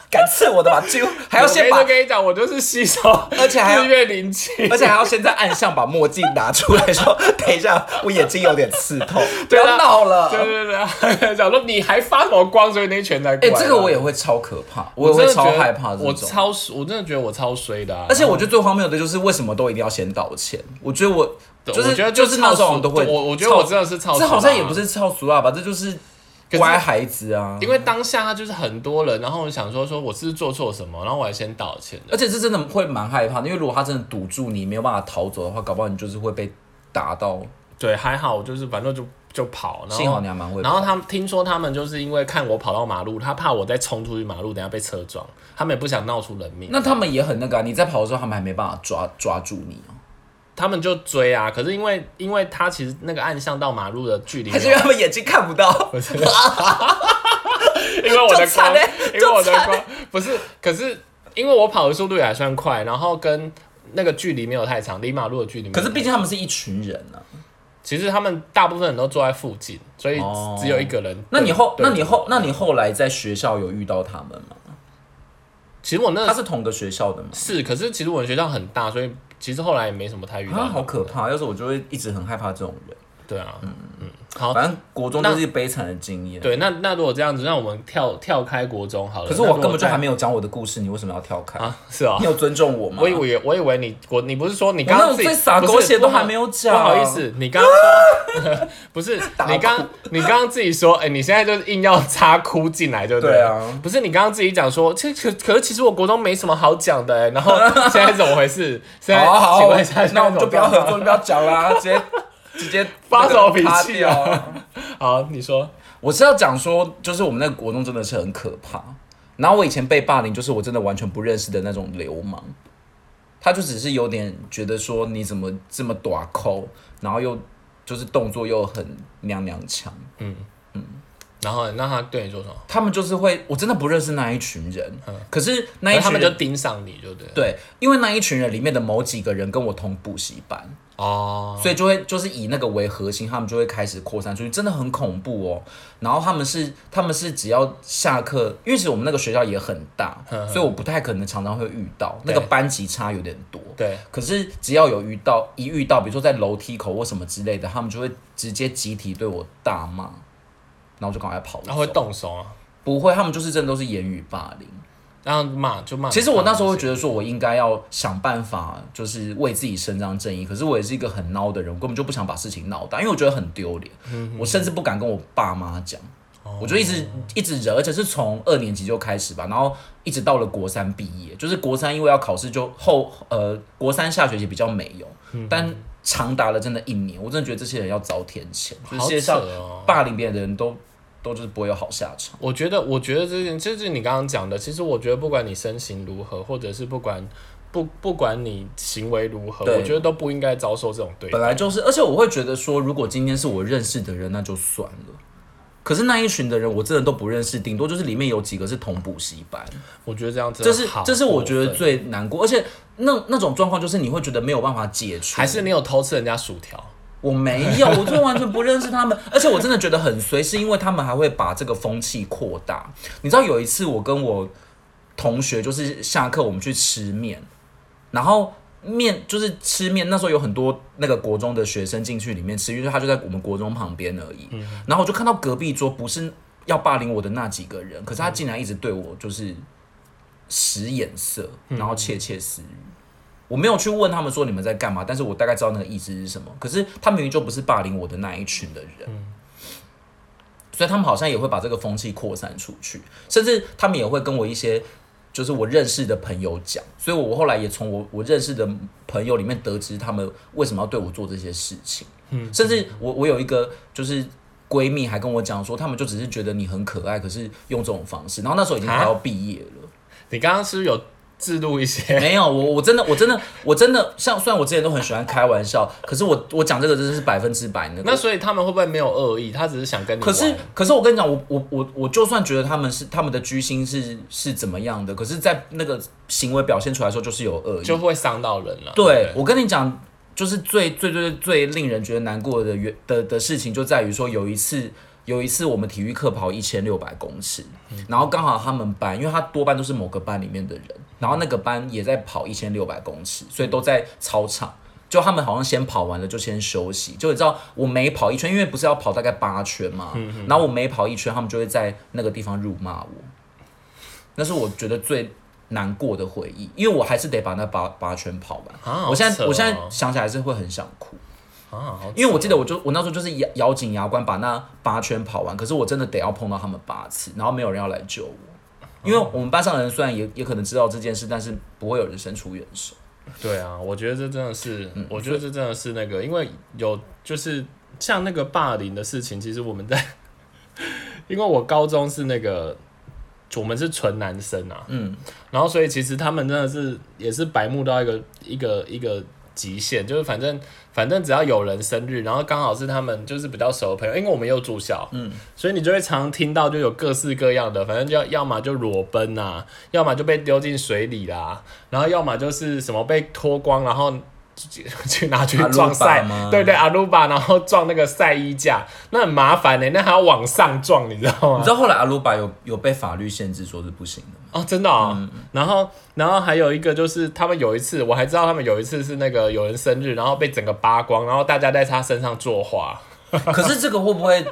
[SPEAKER 1] 敢刺我的吧，就还要先
[SPEAKER 2] 我
[SPEAKER 1] 把
[SPEAKER 2] 跟，你讲，我就是吸收，
[SPEAKER 1] 而且还要
[SPEAKER 2] 日月灵气，
[SPEAKER 1] 而且还要先在暗巷把墨镜拿出来说， 等一下，我眼睛有点刺痛，不要
[SPEAKER 2] 啊
[SPEAKER 1] 闹了。
[SPEAKER 2] 对对对对， 想说你还发什么光，所以那一拳才过
[SPEAKER 1] 哎、
[SPEAKER 2] 来。
[SPEAKER 1] 这个我也会超可怕，我也
[SPEAKER 2] 真
[SPEAKER 1] 会
[SPEAKER 2] 的觉
[SPEAKER 1] 超
[SPEAKER 2] 得
[SPEAKER 1] 害怕这
[SPEAKER 2] 我
[SPEAKER 1] 种。
[SPEAKER 2] 超，我真的觉得我超衰的啊。
[SPEAKER 1] 而且我觉得最荒谬的就是为什么都一定要先道歉？我觉得我
[SPEAKER 2] 对
[SPEAKER 1] 就是
[SPEAKER 2] 我觉得
[SPEAKER 1] 就是是
[SPEAKER 2] 超
[SPEAKER 1] 那
[SPEAKER 2] 俗
[SPEAKER 1] 种都会，
[SPEAKER 2] 我我觉得我真的是超俗
[SPEAKER 1] 这好像
[SPEAKER 2] 啦
[SPEAKER 1] 也不是超俗啊吧，这就是
[SPEAKER 2] 是
[SPEAKER 1] 乖孩子啊。
[SPEAKER 2] 因为当下他就是很多人，然后我想说说我是不是做错什么，然后我还先道歉的
[SPEAKER 1] 而。且这真的会蛮害怕的，因为如果他真的堵住你，没有办法逃走的话，搞不好你就是会被打到。
[SPEAKER 2] 对，还好，我就是反正就就跑，然后
[SPEAKER 1] 幸好你还蛮会跑
[SPEAKER 2] 然后他们听说他们就是因为看我跑到马路，他怕我再冲出去马路，等下被车撞，他们也不想闹出人命。
[SPEAKER 1] 那他们也很那个、啊，你在跑的时候，他们还没办法抓抓住你、啊，
[SPEAKER 2] 他们就追啊，可是因为因为他其实那个暗巷到马路的距离没有，
[SPEAKER 1] 他们眼睛看不到？
[SPEAKER 2] 因为我
[SPEAKER 1] 就
[SPEAKER 2] 的
[SPEAKER 1] 惨
[SPEAKER 2] 光，
[SPEAKER 1] 欸
[SPEAKER 2] 因为我的光不是，可是因为我跑的速度也还算快，然后跟那个距离没有太长，离马路的距离没有
[SPEAKER 1] 可
[SPEAKER 2] 太长。
[SPEAKER 1] 是毕竟他们是一群人啊。
[SPEAKER 2] 其实他们大部分人都坐在附近，所以
[SPEAKER 1] 哦
[SPEAKER 2] 只有一个人对。
[SPEAKER 1] 那你后，
[SPEAKER 2] 对
[SPEAKER 1] 那你后，那你后来在学校有遇到他们吗？
[SPEAKER 2] 其实我那
[SPEAKER 1] 他是同个学校的吗？
[SPEAKER 2] 是，可是其实我们学校很大，所以其实后来也没什么太遇到。
[SPEAKER 1] 啊，好可！怕！要是我就会一直很害怕这种人。
[SPEAKER 2] 对啊，嗯嗯，好，
[SPEAKER 1] 反正国中就是悲惨的经验。，
[SPEAKER 2] 对，那那如果这样子，那我们跳跳开国中好了。
[SPEAKER 1] 可是
[SPEAKER 2] 那如
[SPEAKER 1] 我
[SPEAKER 2] 果
[SPEAKER 1] 根本就
[SPEAKER 2] 在
[SPEAKER 1] 还没有讲我的故事，你为什么要跳开？
[SPEAKER 2] 啊，是啊
[SPEAKER 1] 你，有尊重我吗？
[SPEAKER 2] 我以为我以为你我你不是说你
[SPEAKER 1] 我
[SPEAKER 2] 刚
[SPEAKER 1] 那
[SPEAKER 2] 刚
[SPEAKER 1] 种
[SPEAKER 2] 自己
[SPEAKER 1] 最傻
[SPEAKER 2] 不是
[SPEAKER 1] 狗血
[SPEAKER 2] 不
[SPEAKER 1] 都
[SPEAKER 2] 好
[SPEAKER 1] 还没有讲，
[SPEAKER 2] 不好意。思，你刚刚 说不是你刚你刚刚自己说，哎、你现在就是硬要插哭进来，就
[SPEAKER 1] 对
[SPEAKER 2] 对
[SPEAKER 1] 啊
[SPEAKER 2] 不是你刚刚自己讲说，这可可是其实我国中没什么好讲的、哎然后现在怎么回事？现在
[SPEAKER 1] 好啊好
[SPEAKER 2] 请
[SPEAKER 1] 啊
[SPEAKER 2] 问一下，，
[SPEAKER 1] 那我们就不要
[SPEAKER 2] 现在怎
[SPEAKER 1] 合
[SPEAKER 2] 么
[SPEAKER 1] 作，就不要讲 啦，直接直接
[SPEAKER 2] 发手脾气啊
[SPEAKER 1] 那个擦掉啊。
[SPEAKER 2] 办好，你说
[SPEAKER 1] 我是要讲说，就是我们那个国中真的是很可怕。然后我以前被霸凌，就是我真的完全不认识的那种流氓，他就只是有点觉得说你怎么这么短抠，然后又就是动作又很娘娘腔。
[SPEAKER 2] 然后让他对你做什么？
[SPEAKER 1] 他们就是会，我真的不认识那一群人，可哎是那一
[SPEAKER 2] 然
[SPEAKER 1] 群
[SPEAKER 2] 后嗯他们就
[SPEAKER 1] 人
[SPEAKER 2] 盯上你，就对了。
[SPEAKER 1] 对，因为那一群人里面的某几个人跟我同补习班，
[SPEAKER 2] 哦，
[SPEAKER 1] 所以就会就是以那个为核心，他们就会开始扩散出去，真的很恐怖哦。然后他们是他们是只要下课，因为其实我们那个学校也很大，所以我不太可能常常会遇到，那
[SPEAKER 2] 嗯对
[SPEAKER 1] 个班级差有点多。
[SPEAKER 2] 对，
[SPEAKER 1] 可是只要有遇到一遇到，比如说在楼梯口或什么之类的，他们就会直接集体对我大骂，然后我就赶快跑走。
[SPEAKER 2] 然后会动手啊，
[SPEAKER 1] 不会，他们就是真的都是言语霸凌。
[SPEAKER 2] 然后骂就骂。
[SPEAKER 1] 其实我那时候会觉得说，我应该要想办法，就是为自己伸张正义。可是我也是一个很孬的人，我根本就不想把事情闹大，因为我觉得很丢脸。
[SPEAKER 2] 嗯
[SPEAKER 1] 我甚至不敢跟我爸妈讲，
[SPEAKER 2] 哦
[SPEAKER 1] 我就一直一直忍，而且是从二年级就开始吧，然后一直到了国三毕业，就是国三因为要考试就后呃国三下学期比较没有，
[SPEAKER 2] 嗯
[SPEAKER 1] 但长达了真的一年，我真的觉得这些人要遭天谴，就是世界上
[SPEAKER 2] 好扯哦
[SPEAKER 1] 霸凌别人的人都都就是不会有好下场。
[SPEAKER 2] 我觉得，我觉得这件，就是你刚刚讲的。其实我觉得，不管你身形如何，或者是不管不不管你行为如何，
[SPEAKER 1] 对
[SPEAKER 2] 我觉得都不应该遭受这种对待
[SPEAKER 1] 本。来就是，而且我会觉得说，如果今天是我认识的人，那就算了。可是那一群的人，我真的都不认识，顶多就是里面有几个是同补习班，
[SPEAKER 2] 我觉得这样子，
[SPEAKER 1] 这是
[SPEAKER 2] 好
[SPEAKER 1] 这是我觉得
[SPEAKER 2] 过分
[SPEAKER 1] 最难过，而且那那种状况就是你会觉得没有办法解决。
[SPEAKER 2] 还是你有偷吃人家薯条，
[SPEAKER 1] 我没有，我就完全不认识他们，而且我真的觉得很随，是因为他们还会把这个风气扩大。你知道有一次我跟我同学就是下课我们去吃面，然后面就是吃面，那时候有很多那个国中的学生进去里面吃，因为他就在我们国中旁边而已。然后我就看到隔壁桌不是要霸凌我的那几个人，可是他竟然一直对我就是使眼色，然后窃窃私语。我没有去问他们说你们在干嘛，但是我大概知道那个意思是什么。可是他明明就不是霸凌我的那一群的人，所以他们好像也会把这个风气扩散出去，甚至他们也会跟我一些就是我认识的朋友讲。所以我后来也从我我认识的朋友里面得知他们为什么要对我做这些事情。嗯，甚至我我有一个就是。闺蜜还跟我讲说，他们就只是觉得你很可爱，可是用这种方式。然后那时候已经快要毕业了，
[SPEAKER 2] 你刚刚是不是有置入一 些？
[SPEAKER 1] 没有，我我真的我真的我真的像，虽然我之前都很喜欢开玩笑，可是我我讲这个真的是百分之百那个。
[SPEAKER 2] 那所以他们会不会没有恶意？他只是想跟你
[SPEAKER 1] 可
[SPEAKER 2] 玩。
[SPEAKER 1] 是可是我跟你讲，我我我我就算觉得他们是他们的居心是是怎么样的，可是，在那个行为表现出来的时候，就是有恶意。
[SPEAKER 2] 就会伤到人了。
[SPEAKER 1] 对
[SPEAKER 2] 不
[SPEAKER 1] 我跟你讲，就是最最最最令人觉得难过的原的的事情，就在于说有一次。有一次我们体育课跑一千六百公尺，然后刚好他们班，因为他多半都是某个班里面的人，然后那个班也在跑一千六百公尺，所以都在操场。就他们好像先跑完了就先休息，就你知道我每跑一圈，因为不是要跑大概八圈嘛，
[SPEAKER 2] 嗯
[SPEAKER 1] 然后我每跑一圈，他们就会在那个地方辱骂我，那是我觉得最难过的回忆，因为我还是得把那八八圈跑完。
[SPEAKER 2] 啊
[SPEAKER 1] 我现
[SPEAKER 2] 好扯
[SPEAKER 1] 在
[SPEAKER 2] 哦
[SPEAKER 1] 我现在想起来还是会很想哭，
[SPEAKER 2] 啊，好
[SPEAKER 1] 因为我记得我就我那时候就是咬咬紧牙关把那八圈跑完，可是我真的得要碰到他们八次，然后没有人要来救我。因为我们班上的人虽然也也可能知道这件事，但是不会有人伸出援手。
[SPEAKER 2] 对啊，我觉得这真的是，
[SPEAKER 1] 嗯
[SPEAKER 2] 我觉得这真的是那个，因为有就是像那个霸凌的事情，其实我们在， 因为我高中是那个。我们是纯男生啊，
[SPEAKER 1] 嗯，
[SPEAKER 2] 然后所以其实他们真的是也是白目到一个一个一个极限，就是反正反正只要有人生日，然后刚好是他们就是比较熟的朋友，因为我们又住校，嗯，所以你就会常听到就有各式各样的，反正就要要么就裸奔啊，要么就被丢进水里啦，然后要么就是什么被脱光，然后。去去拿去
[SPEAKER 1] 阿鲁巴
[SPEAKER 2] 撞晒
[SPEAKER 1] 吗，
[SPEAKER 2] 对对，阿鲁巴，然后撞那个晒衣架，那很麻烦欸呢、那还要往上撞，你知道吗？
[SPEAKER 1] 你知道后来阿鲁巴有有被法律限制，说是不行的吗？
[SPEAKER 2] 哦，真的哦。然后，然后还有一个就是，他们有一次，我还知道他们有一次是那个有人生日，然后被整个扒光，然后大家在他身上作画。
[SPEAKER 1] 可是这个会不会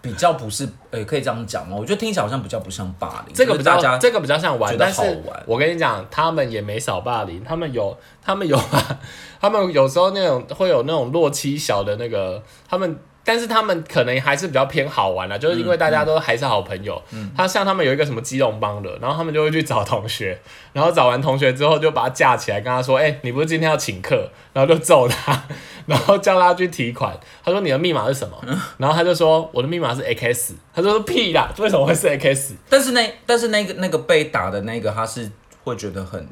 [SPEAKER 1] 比较不是？诶、可以这样讲吗？我觉得听起来好像比较不像霸凌，
[SPEAKER 2] 这个
[SPEAKER 1] 就是
[SPEAKER 2] 比
[SPEAKER 1] 大
[SPEAKER 2] 较，
[SPEAKER 1] 家
[SPEAKER 2] 这个比较像玩
[SPEAKER 1] 觉，得
[SPEAKER 2] 但是
[SPEAKER 1] 好玩
[SPEAKER 2] 我跟你讲，他们也没少霸凌，他们有，他们有 啊，他们有时候那种会有那种落七小的那个，他们。但是他们可能还是比较偏好玩啦，就是因为大家都还是好朋友。
[SPEAKER 1] 嗯
[SPEAKER 2] 他像他们有一个什么基隆帮的，然后他们就会去找同学， 然后找完同学之后就把他架起来，跟他说：“哎、你不是今天要请客？”然后就揍他， 然后叫他去提款。他说：“你的密码是什么？” 然后他就说：“我的密码是 X。”他就说：“屁啦，为什么会是 X？”
[SPEAKER 1] 但是那但是那个那个被打的那个，他是会觉得很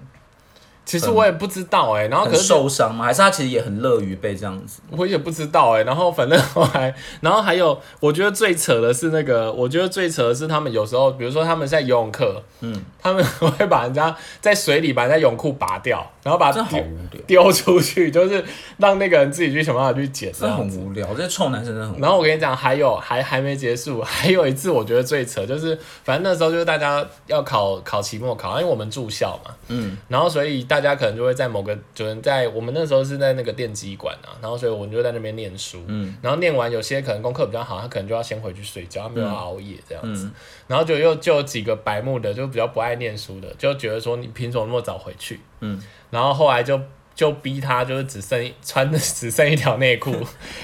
[SPEAKER 2] 其实我也不知道哎、然后可
[SPEAKER 1] 很
[SPEAKER 2] 是
[SPEAKER 1] 受伤吗？还是他其实也很乐于被这样子？
[SPEAKER 2] 我也不知道哎、然后反正后来， 然后还有，我觉得最扯的是那个，我觉得最扯的是他们有时候，比如说他们在游泳课，嗯，他们会把人家在水里把人家泳裤拔掉，然后把
[SPEAKER 1] 真
[SPEAKER 2] 它
[SPEAKER 1] 的好
[SPEAKER 2] 丢
[SPEAKER 1] 无聊，
[SPEAKER 2] 丢出去，就是让那个人自己去想办法去捡这
[SPEAKER 1] 真的
[SPEAKER 2] 样
[SPEAKER 1] 很
[SPEAKER 2] 子。
[SPEAKER 1] 无聊，这些臭男生真的很无聊。
[SPEAKER 2] 然后我跟你讲，还有还还没结束，还有一次我觉得最扯，就是反正那时候就是大家要考考期末考，因为我们住校嘛，嗯，然后所以大家可能就会在某个就是在我们那时候是在那个电机馆啊，然后所以我们就在那边念书，嗯，然后念完有些可能功课比较好，他可能就要先回去睡觉，他没有要熬夜这样子，然后就又就有几个白目的，就比较不爱念书的，就觉得说你凭什么那么早回去？嗯，然后后来就就逼他就是只剩一穿的只剩一条 内裤，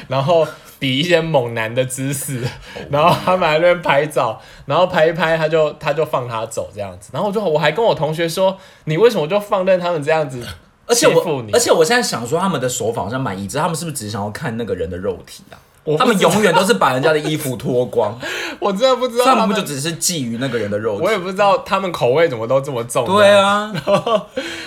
[SPEAKER 2] 然后比一些猛男的姿势，然后他们还在那边拍照，然后拍一拍他就他就放他走这样子，然后我就我还跟我同学说，你为什么就放任他们这样子？
[SPEAKER 1] 而且
[SPEAKER 2] 欺负
[SPEAKER 1] 我
[SPEAKER 2] 你，
[SPEAKER 1] 而且我现在想说，他们的手法好像蛮一致，他们是不是只想要看那个人的肉体啊？
[SPEAKER 2] 我不
[SPEAKER 1] 他们永远都是把人家的衣服脱 光，
[SPEAKER 2] 我真的不知
[SPEAKER 1] 所
[SPEAKER 2] 道
[SPEAKER 1] 以他
[SPEAKER 2] 他
[SPEAKER 1] 们
[SPEAKER 2] 们
[SPEAKER 1] 就，只是觊觎那个人的肉
[SPEAKER 2] 我也
[SPEAKER 1] 体。
[SPEAKER 2] 不知道他们口味怎么都这么重。
[SPEAKER 1] 对啊，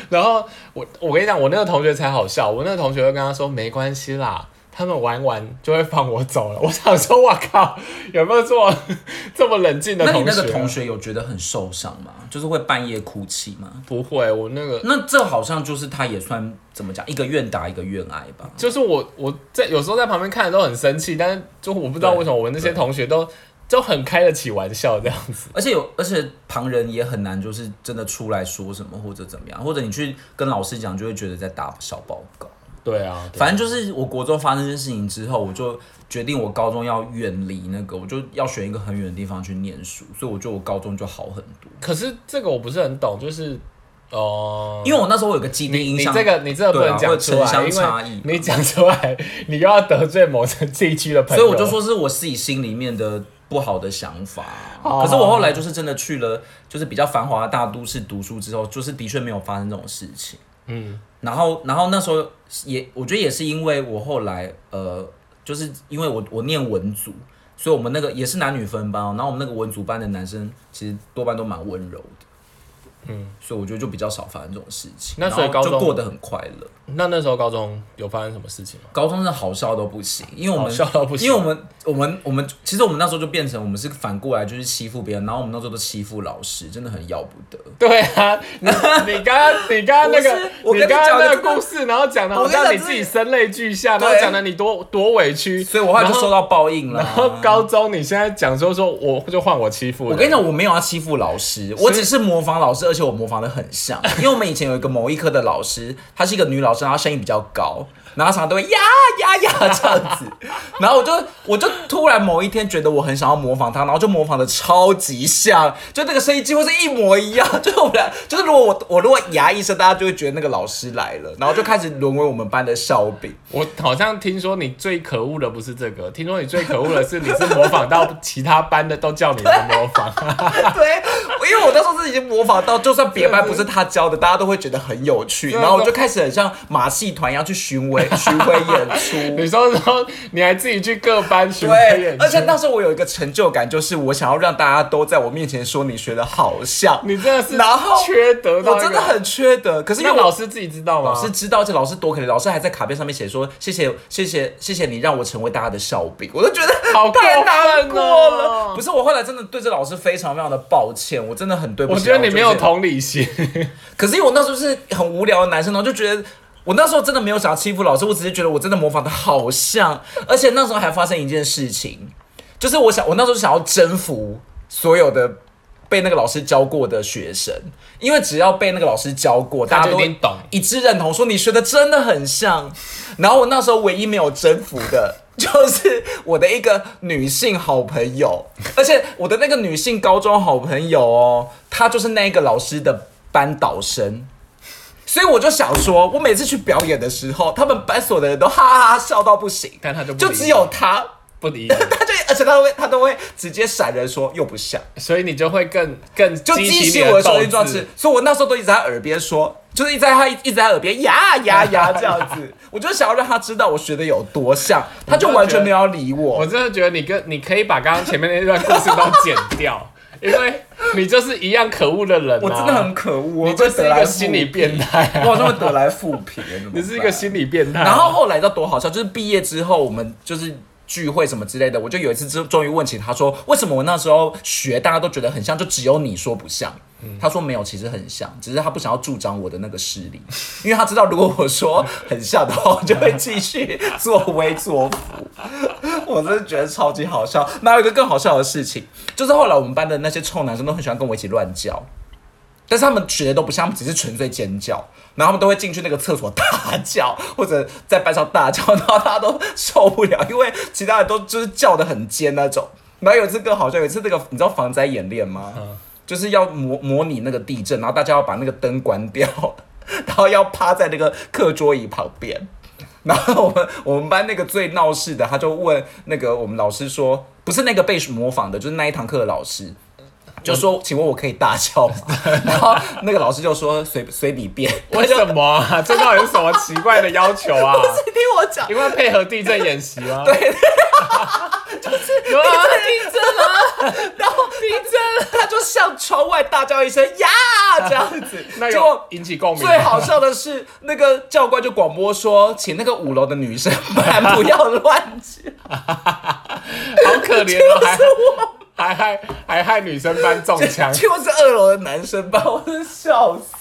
[SPEAKER 2] 然后我我跟你讲，我那个同学才好笑，我那个同学就跟他说没关系啦，他们玩完就会放我走了。 我想说，我靠，有没有这么 这么冷静的
[SPEAKER 1] 那
[SPEAKER 2] 同
[SPEAKER 1] 你
[SPEAKER 2] 学？啊
[SPEAKER 1] 那个同学有觉得很受伤吗？就是会半夜哭泣吗？
[SPEAKER 2] 不会，我那个
[SPEAKER 1] 那这好像就是他也算怎么讲，一个愿打一个愿挨吧。
[SPEAKER 2] 就是我我在有时候在旁边看的都很生气，但是就我不知道
[SPEAKER 1] 对
[SPEAKER 2] 为什么我那些同学都都很开得起玩笑这样子。
[SPEAKER 1] 而且有，而且旁人也很难，就是真的出来说什么或者怎么样，或者你去跟老师讲，就会觉得在打小报告。
[SPEAKER 2] 对啊，对
[SPEAKER 1] 反正就是我国中发生这件事情之后，我就决定我高中要远离那个，我就要选一个很远的地方去念书，所以我觉得我高中就好很多。
[SPEAKER 2] 可是这个我不是很懂，就是哦。
[SPEAKER 1] 因为我那时候有一个既定
[SPEAKER 2] 你
[SPEAKER 1] 印
[SPEAKER 2] 你
[SPEAKER 1] 象，
[SPEAKER 2] 这个你这个不
[SPEAKER 1] 对啊
[SPEAKER 2] 能讲
[SPEAKER 1] 会
[SPEAKER 2] 出来，
[SPEAKER 1] 城乡
[SPEAKER 2] 因
[SPEAKER 1] 差
[SPEAKER 2] 为
[SPEAKER 1] 异
[SPEAKER 2] 你讲出来，你又要得罪某个地区的朋
[SPEAKER 1] 所以
[SPEAKER 2] 友。
[SPEAKER 1] 我就说是我自己心里面的不好的想法。
[SPEAKER 2] 好
[SPEAKER 1] 可是我后来就是真的去了，就是比较繁华的大都市读书之后，就是的确没有发生这种事情。
[SPEAKER 2] 嗯，
[SPEAKER 1] 然后，然后那时候也，我觉得也是因为我后来，呃，就是因为我我念文组，所以我们那个也是男女分班、哦，然后我们那个文组班的男生其实多半都蛮温柔的，嗯，所以我觉得就比较少发生这种事情，
[SPEAKER 2] 那所以
[SPEAKER 1] 然后
[SPEAKER 2] 高中
[SPEAKER 1] 就过得很快乐。
[SPEAKER 2] 那那时候高中有发生什么事情吗？
[SPEAKER 1] 高中真的好笑都不行，因为我们
[SPEAKER 2] 好笑到不行
[SPEAKER 1] 因为我们我们我们其实我们那时候就变成我们是反过来就是欺负别人，然后我们那时候都欺负老师，真的很要不得。
[SPEAKER 2] 对啊，你你刚刚你刚刚那个
[SPEAKER 1] 不是我跟你
[SPEAKER 2] 刚
[SPEAKER 1] 讲我
[SPEAKER 2] 刚那个
[SPEAKER 1] 真的
[SPEAKER 2] 故事，然后讲的
[SPEAKER 1] 我
[SPEAKER 2] 好
[SPEAKER 1] 跟你讲
[SPEAKER 2] 像你自己声泪俱下，然后
[SPEAKER 1] 对
[SPEAKER 2] 讲的你多多委屈，
[SPEAKER 1] 所以我后来就
[SPEAKER 2] 然
[SPEAKER 1] 受到报应了。啊
[SPEAKER 2] 然 后 高中你现在讲说说我就换我欺负人，
[SPEAKER 1] 我跟你讲，我没有要欺负老师，我只是模仿老师，而且我模仿的很 像。因为我们以前有一个某一科的老师，她是一个女老师，然后她声音比较高，然后她常常都会呀 呀呀这样子。然后我就我就突然某一天觉得我很想要模仿她，然后就模仿的超级像，就那个声音几乎是一模一样。 就是我们俩，就是如果我我如果呀一声，大家就会觉得那个老师来了，然后就开始沦为我们班的笑柄。
[SPEAKER 2] 我好像听说你最可恶的不是这个，听说你最可恶的是你是模仿到其他班的都叫你来模仿，
[SPEAKER 1] 对，因为我那时候是已经模仿到，就算别班不是他教的，大家都会觉得很有趣，然后我就开始很像马戏团一样去询问 回巡回演出。
[SPEAKER 2] 你说，然后你还自己去各班巡回
[SPEAKER 1] 对
[SPEAKER 2] 演，出
[SPEAKER 1] 而且那时候我有一个成就感，就是我想要让大家都在我面前说你学的好像，
[SPEAKER 2] 你真的是
[SPEAKER 1] 然后
[SPEAKER 2] 缺德到一个，
[SPEAKER 1] 我真的很缺德。可是因为
[SPEAKER 2] 那
[SPEAKER 1] 我
[SPEAKER 2] 老师自己知道吗？
[SPEAKER 1] 老师知道，而且老师多可怜，老师还在卡片上面写说谢谢谢谢谢谢你让我成为大家的笑柄，我都觉得
[SPEAKER 2] 好过
[SPEAKER 1] 太
[SPEAKER 2] 分哦
[SPEAKER 1] 难过了。不是我后来真的对这老师非常非常的抱歉，我真的很对不
[SPEAKER 2] 我
[SPEAKER 1] 起。
[SPEAKER 2] 觉得你没有
[SPEAKER 1] 就是
[SPEAKER 2] 同理心，
[SPEAKER 1] 可是因为我那时候是很无聊的男生，然后就觉得。我那时候真的没有想要欺负老师，我只是觉得我真的模仿的好像，而且那时候还发生一件事情，就是我想我那时候想要征服所有的被那个老师教过的学生，因为只要被那个老师教过，
[SPEAKER 2] 他
[SPEAKER 1] 大
[SPEAKER 2] 就
[SPEAKER 1] 家都
[SPEAKER 2] 一定懂
[SPEAKER 1] 一致认同说你学的真的很像。然后我那时候唯一没有征服的 就是我的一个女性好朋友，而且我的那个女性高中好朋友哦，她就是那个老师的班导生。所以我就想说，我每次去表演的时候，他们班所有的人都哈哈哈笑到不行，
[SPEAKER 2] 但她就不
[SPEAKER 1] 就
[SPEAKER 2] 理
[SPEAKER 1] 只
[SPEAKER 2] 你
[SPEAKER 1] 有她，
[SPEAKER 2] 不理 你，
[SPEAKER 1] 她就呃而且她都会她都会直接闪人说又不像，
[SPEAKER 2] 所以你就会更更
[SPEAKER 1] 就
[SPEAKER 2] 激
[SPEAKER 1] 激
[SPEAKER 2] 起
[SPEAKER 1] 起
[SPEAKER 2] 你
[SPEAKER 1] 我的
[SPEAKER 2] 斗
[SPEAKER 1] 雄心壮
[SPEAKER 2] 志
[SPEAKER 1] 志。。所以我那时候都一直在他耳边说，就是一直在他一直在他耳边呀呀呀 这样子，我就想要让他知道我学的有多像，他就完全没有要理
[SPEAKER 2] 我
[SPEAKER 1] 我。
[SPEAKER 2] 真的觉得你跟你可以把刚刚前面那段故事都剪掉，因为你就是一样可恶的人、啊。
[SPEAKER 1] 我真的很，可恶，
[SPEAKER 2] 你
[SPEAKER 1] 我
[SPEAKER 2] 就
[SPEAKER 1] 会
[SPEAKER 2] 是
[SPEAKER 1] 得
[SPEAKER 2] 一
[SPEAKER 1] 来
[SPEAKER 2] 个
[SPEAKER 1] 复
[SPEAKER 2] 心理，变态、
[SPEAKER 1] 我 好
[SPEAKER 2] 啊，
[SPEAKER 1] 像会得来复 评。怎么办
[SPEAKER 2] 你是一个心理变态啊。
[SPEAKER 1] 然后后来你知道多好笑，就是毕业之后我们就是。聚会什么之类的，我就有一次终终于问起他说，为什么我那时候学大家都觉得很像，就只有你说不像。
[SPEAKER 2] 嗯
[SPEAKER 1] 他说没有，其实很像，只是他不想要助长我的那个势力，因为他知道如果我说很像的话，我就会继续作威作福。我真的觉得超级好笑。那有一个更好笑的事情，就是后来我们班的那些臭男生都很喜欢跟我一起乱叫，但是他们学的都不像，他们只是纯粹尖叫，然后他们都会进去那个厕所大叫， 或者在班上大叫，然后大家都受不了，因为其他人都就是叫的很尖那种。然后有一次更好笑，有一次那个你知道防灾演练吗？就是要模模拟那个地震，然后大家要把那个灯关掉，然后要趴在那个课桌椅旁边。然后我们我们班那个最闹事的，他就问那个我们老师说，不是那个被模仿的，就是那一堂课的老师，就说，请问我可以大笑吗？然后那个老师就说随随你便，
[SPEAKER 2] 为什么啊？这到底是什么奇怪的要求 啊？
[SPEAKER 1] 你听我讲，
[SPEAKER 2] 因为配合地震演习吗？对， 就是啊，地震，
[SPEAKER 1] 然后他就他就向窗外大叫一声呀这样子
[SPEAKER 2] 那
[SPEAKER 1] 结
[SPEAKER 2] 有
[SPEAKER 1] 果
[SPEAKER 2] 引起共鸣吗。
[SPEAKER 1] 最好笑的是，那个教官就广播说，请那个五楼的女生们不要乱叫。
[SPEAKER 2] 好可怜哦，还还害还害女生班中枪。
[SPEAKER 1] 结果是二楼的男生吧，我真的笑死。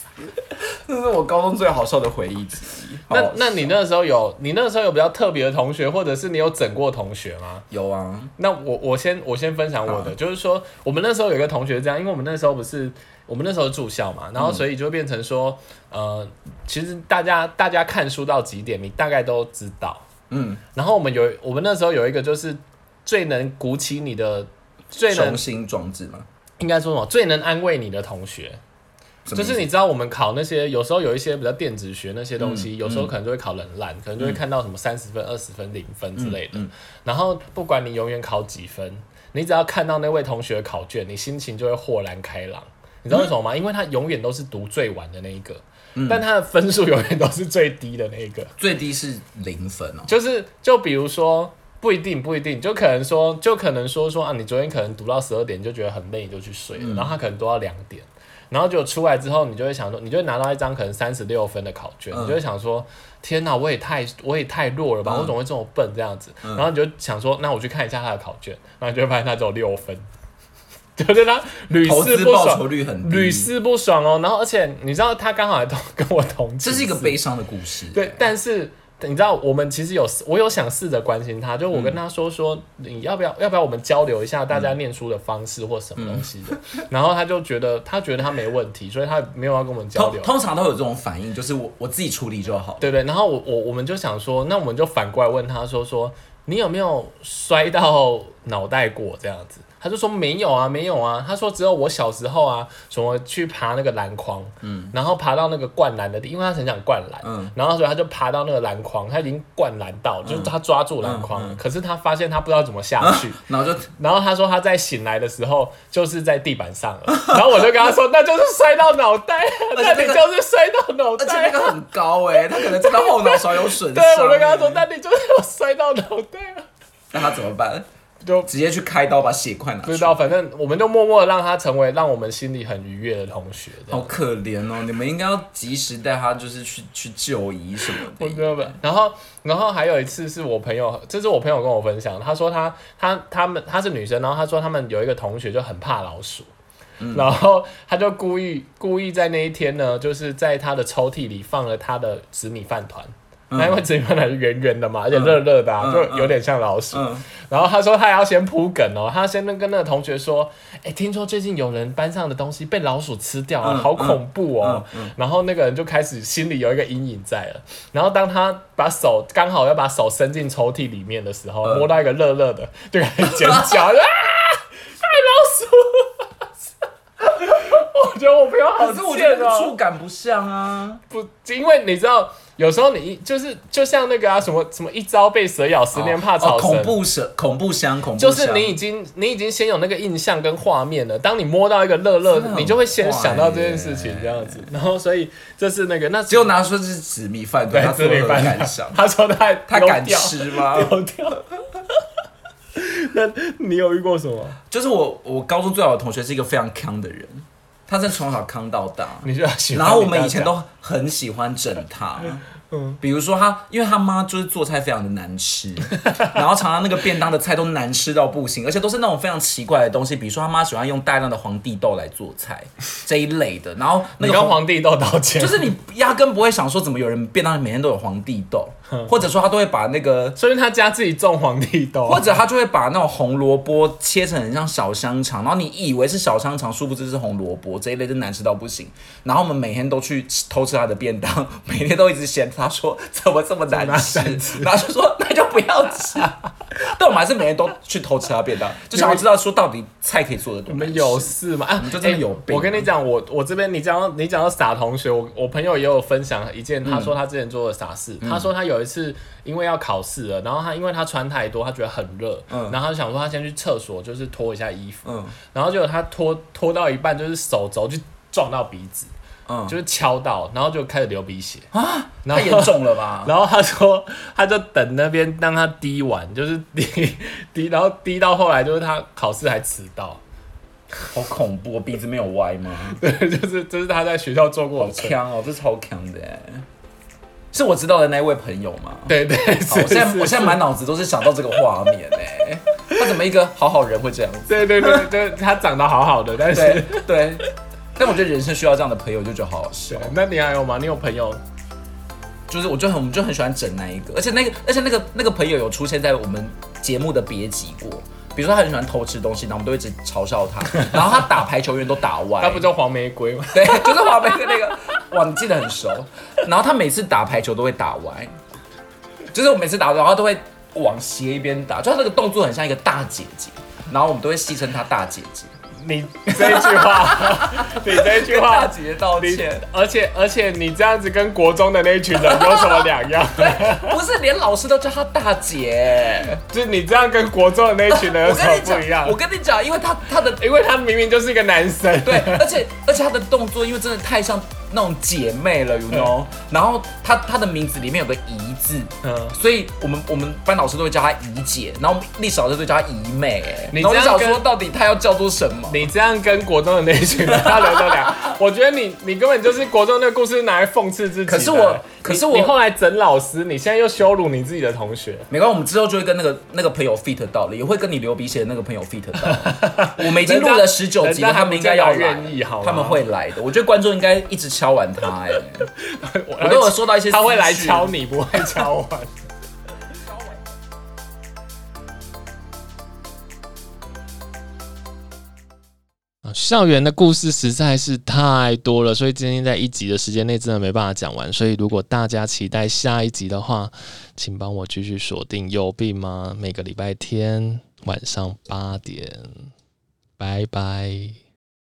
[SPEAKER 1] 这是我高中最好笑的回忆之一。哦
[SPEAKER 2] 那
[SPEAKER 1] 好
[SPEAKER 2] 那你那时候有你那时候有比较特别的同学，或者是你有整过同学吗？
[SPEAKER 1] 有啊，
[SPEAKER 2] 那我我先我先分享我的，就是说我们那时候有一个同学这样，因为我们那时候不是我们那时候住校嘛，然后所以就变成说，呃，其实大家大家看书到几点，你大概都知道。
[SPEAKER 1] 嗯，
[SPEAKER 2] 然后我们有我们那时候有一个就是最能鼓起你的，最能
[SPEAKER 1] 雄心壮志嘛，
[SPEAKER 2] 应该说什么最能安慰你的同学，
[SPEAKER 1] 什么
[SPEAKER 2] 就
[SPEAKER 1] 意思
[SPEAKER 2] 是你知道我们考那些有时候有一些比较电子学那些东
[SPEAKER 1] 嗯
[SPEAKER 2] 西，有时候可能就会考得很烂，可能就会看到什么三十分、二十分、零分之类的。
[SPEAKER 1] 嗯
[SPEAKER 2] 然后不管你永远考几分，你只要看到那位同学的考卷，你心情就会豁然开朗。你知道为什么
[SPEAKER 1] 嗯
[SPEAKER 2] 吗？因为他永远都是读最晚的那一个，但他的分数永远都是最低的那一个。
[SPEAKER 1] 最低是零分哦。
[SPEAKER 2] 就是就比如说，不一定不一定，就可能说，就可能说说啊，你昨天可能读到十二点你就觉得很累，你就去睡
[SPEAKER 1] 嗯
[SPEAKER 2] 了，然后他可能读到两点，然后就出来之后，你就会想说，你就会拿到一张可能三十六分的考卷，
[SPEAKER 1] 嗯
[SPEAKER 2] 你就会想说，天哪，我也太我也太弱了吧，我怎么会这么笨这样子？
[SPEAKER 1] 嗯
[SPEAKER 2] 然后你就想说，那我去看一下他的考卷，然后你就会发现他只有六分。 就是他屡
[SPEAKER 1] 投
[SPEAKER 2] 试
[SPEAKER 1] 资
[SPEAKER 2] 不
[SPEAKER 1] 报酬
[SPEAKER 2] 爽，
[SPEAKER 1] 率很低，
[SPEAKER 2] 屡试不爽哦。然后，而且你知道，他刚好还同跟我同，
[SPEAKER 1] 这是一个悲伤的故事。
[SPEAKER 2] 对，但是你知道，我们其实有我有想试着关心他，就我跟他说说，你要不要要不要我们交流一下大家念书的方式或什么东西的，然后他就觉得他觉得他没问题，所以他没有要跟我们交
[SPEAKER 1] 通
[SPEAKER 2] 流。
[SPEAKER 1] 通常都有这种反应，就是我我自己处理就 好。
[SPEAKER 2] 对不对，然后我我我们就想说，那我们就反过来问他说说，你有没有摔到脑袋过这样子。他就说没有啊，没有啊。他说只有我小时候啊，什么去爬那个篮筐，嗯，然后爬到那个灌篮的地，因为他很想灌篮，
[SPEAKER 1] 嗯嗯
[SPEAKER 2] 嗯，然后所以他就爬到那个篮筐，他已经灌篮到，就是他抓住篮筐了，可是他发现他不知道怎么下
[SPEAKER 1] 啊
[SPEAKER 2] 去，
[SPEAKER 1] 然后就
[SPEAKER 2] 然后他说他在醒来的时候就是在地板上了，然后我就跟他说那就是摔到脑袋，啊那
[SPEAKER 1] 而且
[SPEAKER 2] 你
[SPEAKER 1] 那个
[SPEAKER 2] 就是摔到脑
[SPEAKER 1] 而且那呃
[SPEAKER 2] 袋。
[SPEAKER 1] 个很高 哎、他可能真的后脑勺有损伤、
[SPEAKER 2] 对，我就跟他说
[SPEAKER 1] 欸，
[SPEAKER 2] 那你就是有摔到啊脑袋了，
[SPEAKER 1] 那他怎么办？
[SPEAKER 2] 就
[SPEAKER 1] 直接去开刀把血块拿
[SPEAKER 2] 不
[SPEAKER 1] 出
[SPEAKER 2] 知
[SPEAKER 1] 来。
[SPEAKER 2] 道，反正我们就默默的让他成为让我们心里很愉悦的同学。这样
[SPEAKER 1] 好可怜哦！你们应该要及时带他，就是去去就医什么
[SPEAKER 2] 我
[SPEAKER 1] 的。
[SPEAKER 2] 知道吧？然后，然后还有一次是我朋友，这是我朋友跟我分享，他说他他他们她是女生，然后他说他们有一个同学就很怕老鼠，
[SPEAKER 1] 嗯
[SPEAKER 2] 然后他就故意故意在那一天呢，就是在他的抽屉里放了他的紫米饭团。那因为紫米饭团是圆圆的嘛，而且热热的、啊，
[SPEAKER 1] 嗯
[SPEAKER 2] 就有点像老鼠。
[SPEAKER 1] 嗯
[SPEAKER 2] 然后他说他要先铺梗哦，他先跟那个同学说，哎，听说最近有人班上的东西被老鼠吃掉了，
[SPEAKER 1] 嗯
[SPEAKER 2] 好恐怖哦。然后那个人就开始心里有一个阴影在了。然后当他把手刚好要把手伸进抽屉里面的时
[SPEAKER 1] 嗯
[SPEAKER 2] 候，摸到一个热热的，就开始尖叫啊！ 害老鼠！我觉得我朋友好
[SPEAKER 1] 可是我觉得
[SPEAKER 2] 贱
[SPEAKER 1] 那个
[SPEAKER 2] 哦
[SPEAKER 1] 触，感不像啊。
[SPEAKER 2] 不，因为你知道，有时候你一就是就像那个啊，什么什么一朝被蛇咬，十年怕草
[SPEAKER 1] 哦
[SPEAKER 2] 绳、
[SPEAKER 1] 恐怖蛇，恐怖香，恐怖
[SPEAKER 2] 就
[SPEAKER 1] 香
[SPEAKER 2] 是你已经你已经先有那个印象跟画面了。当你摸到一个乐乐
[SPEAKER 1] 真的，很欸
[SPEAKER 2] 你就会先想到这件事情这样子。然后所以这是那个那
[SPEAKER 1] 只有拿出是紫米饭团，他怎
[SPEAKER 2] 对自
[SPEAKER 1] 么
[SPEAKER 2] 力
[SPEAKER 1] 会
[SPEAKER 2] 办
[SPEAKER 1] 敢 想？
[SPEAKER 2] 他说他还
[SPEAKER 1] 他
[SPEAKER 2] 丢
[SPEAKER 1] 敢
[SPEAKER 2] 掉
[SPEAKER 1] 吃吗？
[SPEAKER 2] 丢掉。那你有遇过什么？
[SPEAKER 1] 就是我，我高中最好的同学是一个非常康的人，他真的从小康到大。
[SPEAKER 2] 你就要喜欢
[SPEAKER 1] 然后我
[SPEAKER 2] 你
[SPEAKER 1] 们
[SPEAKER 2] 大
[SPEAKER 1] 以前
[SPEAKER 2] 家
[SPEAKER 1] 都很喜欢整他，比如说他，因为他妈就是做菜非常的难吃，然后常常那个便当的菜都难吃到不行，而且都是那种非常奇怪的东西，比如说他妈喜欢用大量的黄帝豆来做菜这一类的，然后那
[SPEAKER 2] 你
[SPEAKER 1] 个
[SPEAKER 2] 跟皇帝斗道歉，
[SPEAKER 1] 就是你压根不会想说怎么有人便当里每天都有皇帝豆，或者说他都会把那个。
[SPEAKER 2] 说明他家自己种皇帝啊豆，
[SPEAKER 1] 或者他就会把那种红萝卜切成很像小香肠，然后你以为是小香肠，殊不知是红萝卜这一类，真难吃到不行。然后我们每天都去吃偷吃他的便当， 每天都一直嫌他说怎么这么难吃，然后就说那就不要吃。 但我们还是每天都去偷吃他的便当，就想要知道说到底菜可以做的多
[SPEAKER 2] 你
[SPEAKER 1] 难吃。
[SPEAKER 2] 们有事吗？啊，
[SPEAKER 1] 就真的
[SPEAKER 2] 欸
[SPEAKER 1] 有病
[SPEAKER 2] 我跟你讲，我我这边你讲到你讲到傻同学，我我朋友也有分享一件，他说他之前做的傻事。
[SPEAKER 1] 嗯
[SPEAKER 2] 他说他有一次因为要考试了，然后他因为他穿太多，他觉得很热，
[SPEAKER 1] 嗯
[SPEAKER 2] 然后他就想说他先去厕所就是脱一下衣服，
[SPEAKER 1] 嗯
[SPEAKER 2] 然后结果他脱脱到一半就是手肘就撞到鼻子，
[SPEAKER 1] 嗯，
[SPEAKER 2] 就是敲到，然后就开始流鼻血啊，然
[SPEAKER 1] 太
[SPEAKER 2] 后
[SPEAKER 1] 严重了吧？
[SPEAKER 2] 然后他说，他就等那边让他滴完，就是滴 滴，然后滴到后来就是他考试还迟到，
[SPEAKER 1] 好恐怖，鼻子没有歪吗？
[SPEAKER 2] 对， 就是这是他在学校做过
[SPEAKER 1] 好
[SPEAKER 2] 的事。
[SPEAKER 1] 强哦，这超强的哎，是我知道的那一位朋友吗？
[SPEAKER 2] 对对，
[SPEAKER 1] 好，我
[SPEAKER 2] 是
[SPEAKER 1] 现在
[SPEAKER 2] 是
[SPEAKER 1] 我现在满脑子都是想到这个画面哎、他怎么一个好好人会这 样子？
[SPEAKER 2] 对对对对，他长得好好的，但
[SPEAKER 1] 对
[SPEAKER 2] 是
[SPEAKER 1] 对，但我觉得人生需要这样的朋友，就觉得好好笑
[SPEAKER 2] 对。 那你还有吗？你有朋
[SPEAKER 1] 哎
[SPEAKER 2] 友？
[SPEAKER 1] 就是我就很我们就很喜欢整那一个，而且那个而且那个那个朋友有出现在我们节目的别集过，比如说他很喜欢偷吃东西，然后我们都一直嘲笑 他，然后他打排球员都打歪，
[SPEAKER 2] 那不叫黄玫瑰吗？
[SPEAKER 1] 对，就是华北的那个，哇，你记得很熟。然后他每次打排球都会打歪，就是我每次打，然后他都会往斜一边打，就他那个动作很像一个大姐姐，然后我们都会戏称她大姐姐，
[SPEAKER 2] 你这一句话，你这一句
[SPEAKER 1] 跟大
[SPEAKER 2] 话，
[SPEAKER 1] 姐姐道
[SPEAKER 2] 你
[SPEAKER 1] 歉。
[SPEAKER 2] 而且而且你这样子跟国中的那一群人有什么两样？
[SPEAKER 1] 不是，连老师都叫她大姐。
[SPEAKER 2] 就是你这样跟国中的那一群人
[SPEAKER 1] 我
[SPEAKER 2] 有什么
[SPEAKER 1] 跟你
[SPEAKER 2] 不一样
[SPEAKER 1] 讲，我？跟你讲，因为她她的
[SPEAKER 2] 因为他明明就是一个男生。
[SPEAKER 1] 对，而且而且她的动作，因为真的太像那种姐妹了，you know。然后她她的名字里面有个姨字，
[SPEAKER 2] 嗯
[SPEAKER 1] 所以我们我们班老师都会叫她姨姐，然后历史老师都会叫她姨妹、哎，
[SPEAKER 2] 你
[SPEAKER 1] 然后我
[SPEAKER 2] 这
[SPEAKER 1] 就
[SPEAKER 2] 样
[SPEAKER 1] 想
[SPEAKER 2] 跟
[SPEAKER 1] 说到底她要叫做什么？
[SPEAKER 2] 你这样跟国中的那一群人 他聊得了，我觉得你你根本就是国中那个故事拿来讽刺自己的。
[SPEAKER 1] 可是我
[SPEAKER 2] 你
[SPEAKER 1] 可是我
[SPEAKER 2] 你后来整老师，你现在又羞辱你自己的同学，
[SPEAKER 1] 没关系，我们之后就会跟那个那个朋友 fit 到了，也会跟你流鼻血的那个朋友 fit 到 了。我们已经录了
[SPEAKER 2] 人家
[SPEAKER 1] 十九集了，
[SPEAKER 2] 人家
[SPEAKER 1] 他
[SPEAKER 2] 还
[SPEAKER 1] 们
[SPEAKER 2] 不
[SPEAKER 1] 应该要
[SPEAKER 2] 见
[SPEAKER 1] 来
[SPEAKER 2] 得愿意好吗
[SPEAKER 1] 他们会来的。我觉得观众应该一直敲完他、哎，
[SPEAKER 2] 我
[SPEAKER 1] 我都有收到一些，
[SPEAKER 2] 他会来敲。你，不会敲我。 啊校园的故事实在是太多了，所以今天在一集的时间内真的没办法讲完。所以如果大家期待下一集的话，请帮我继续锁定《有病吗》，每个礼拜天晚上八点，拜拜。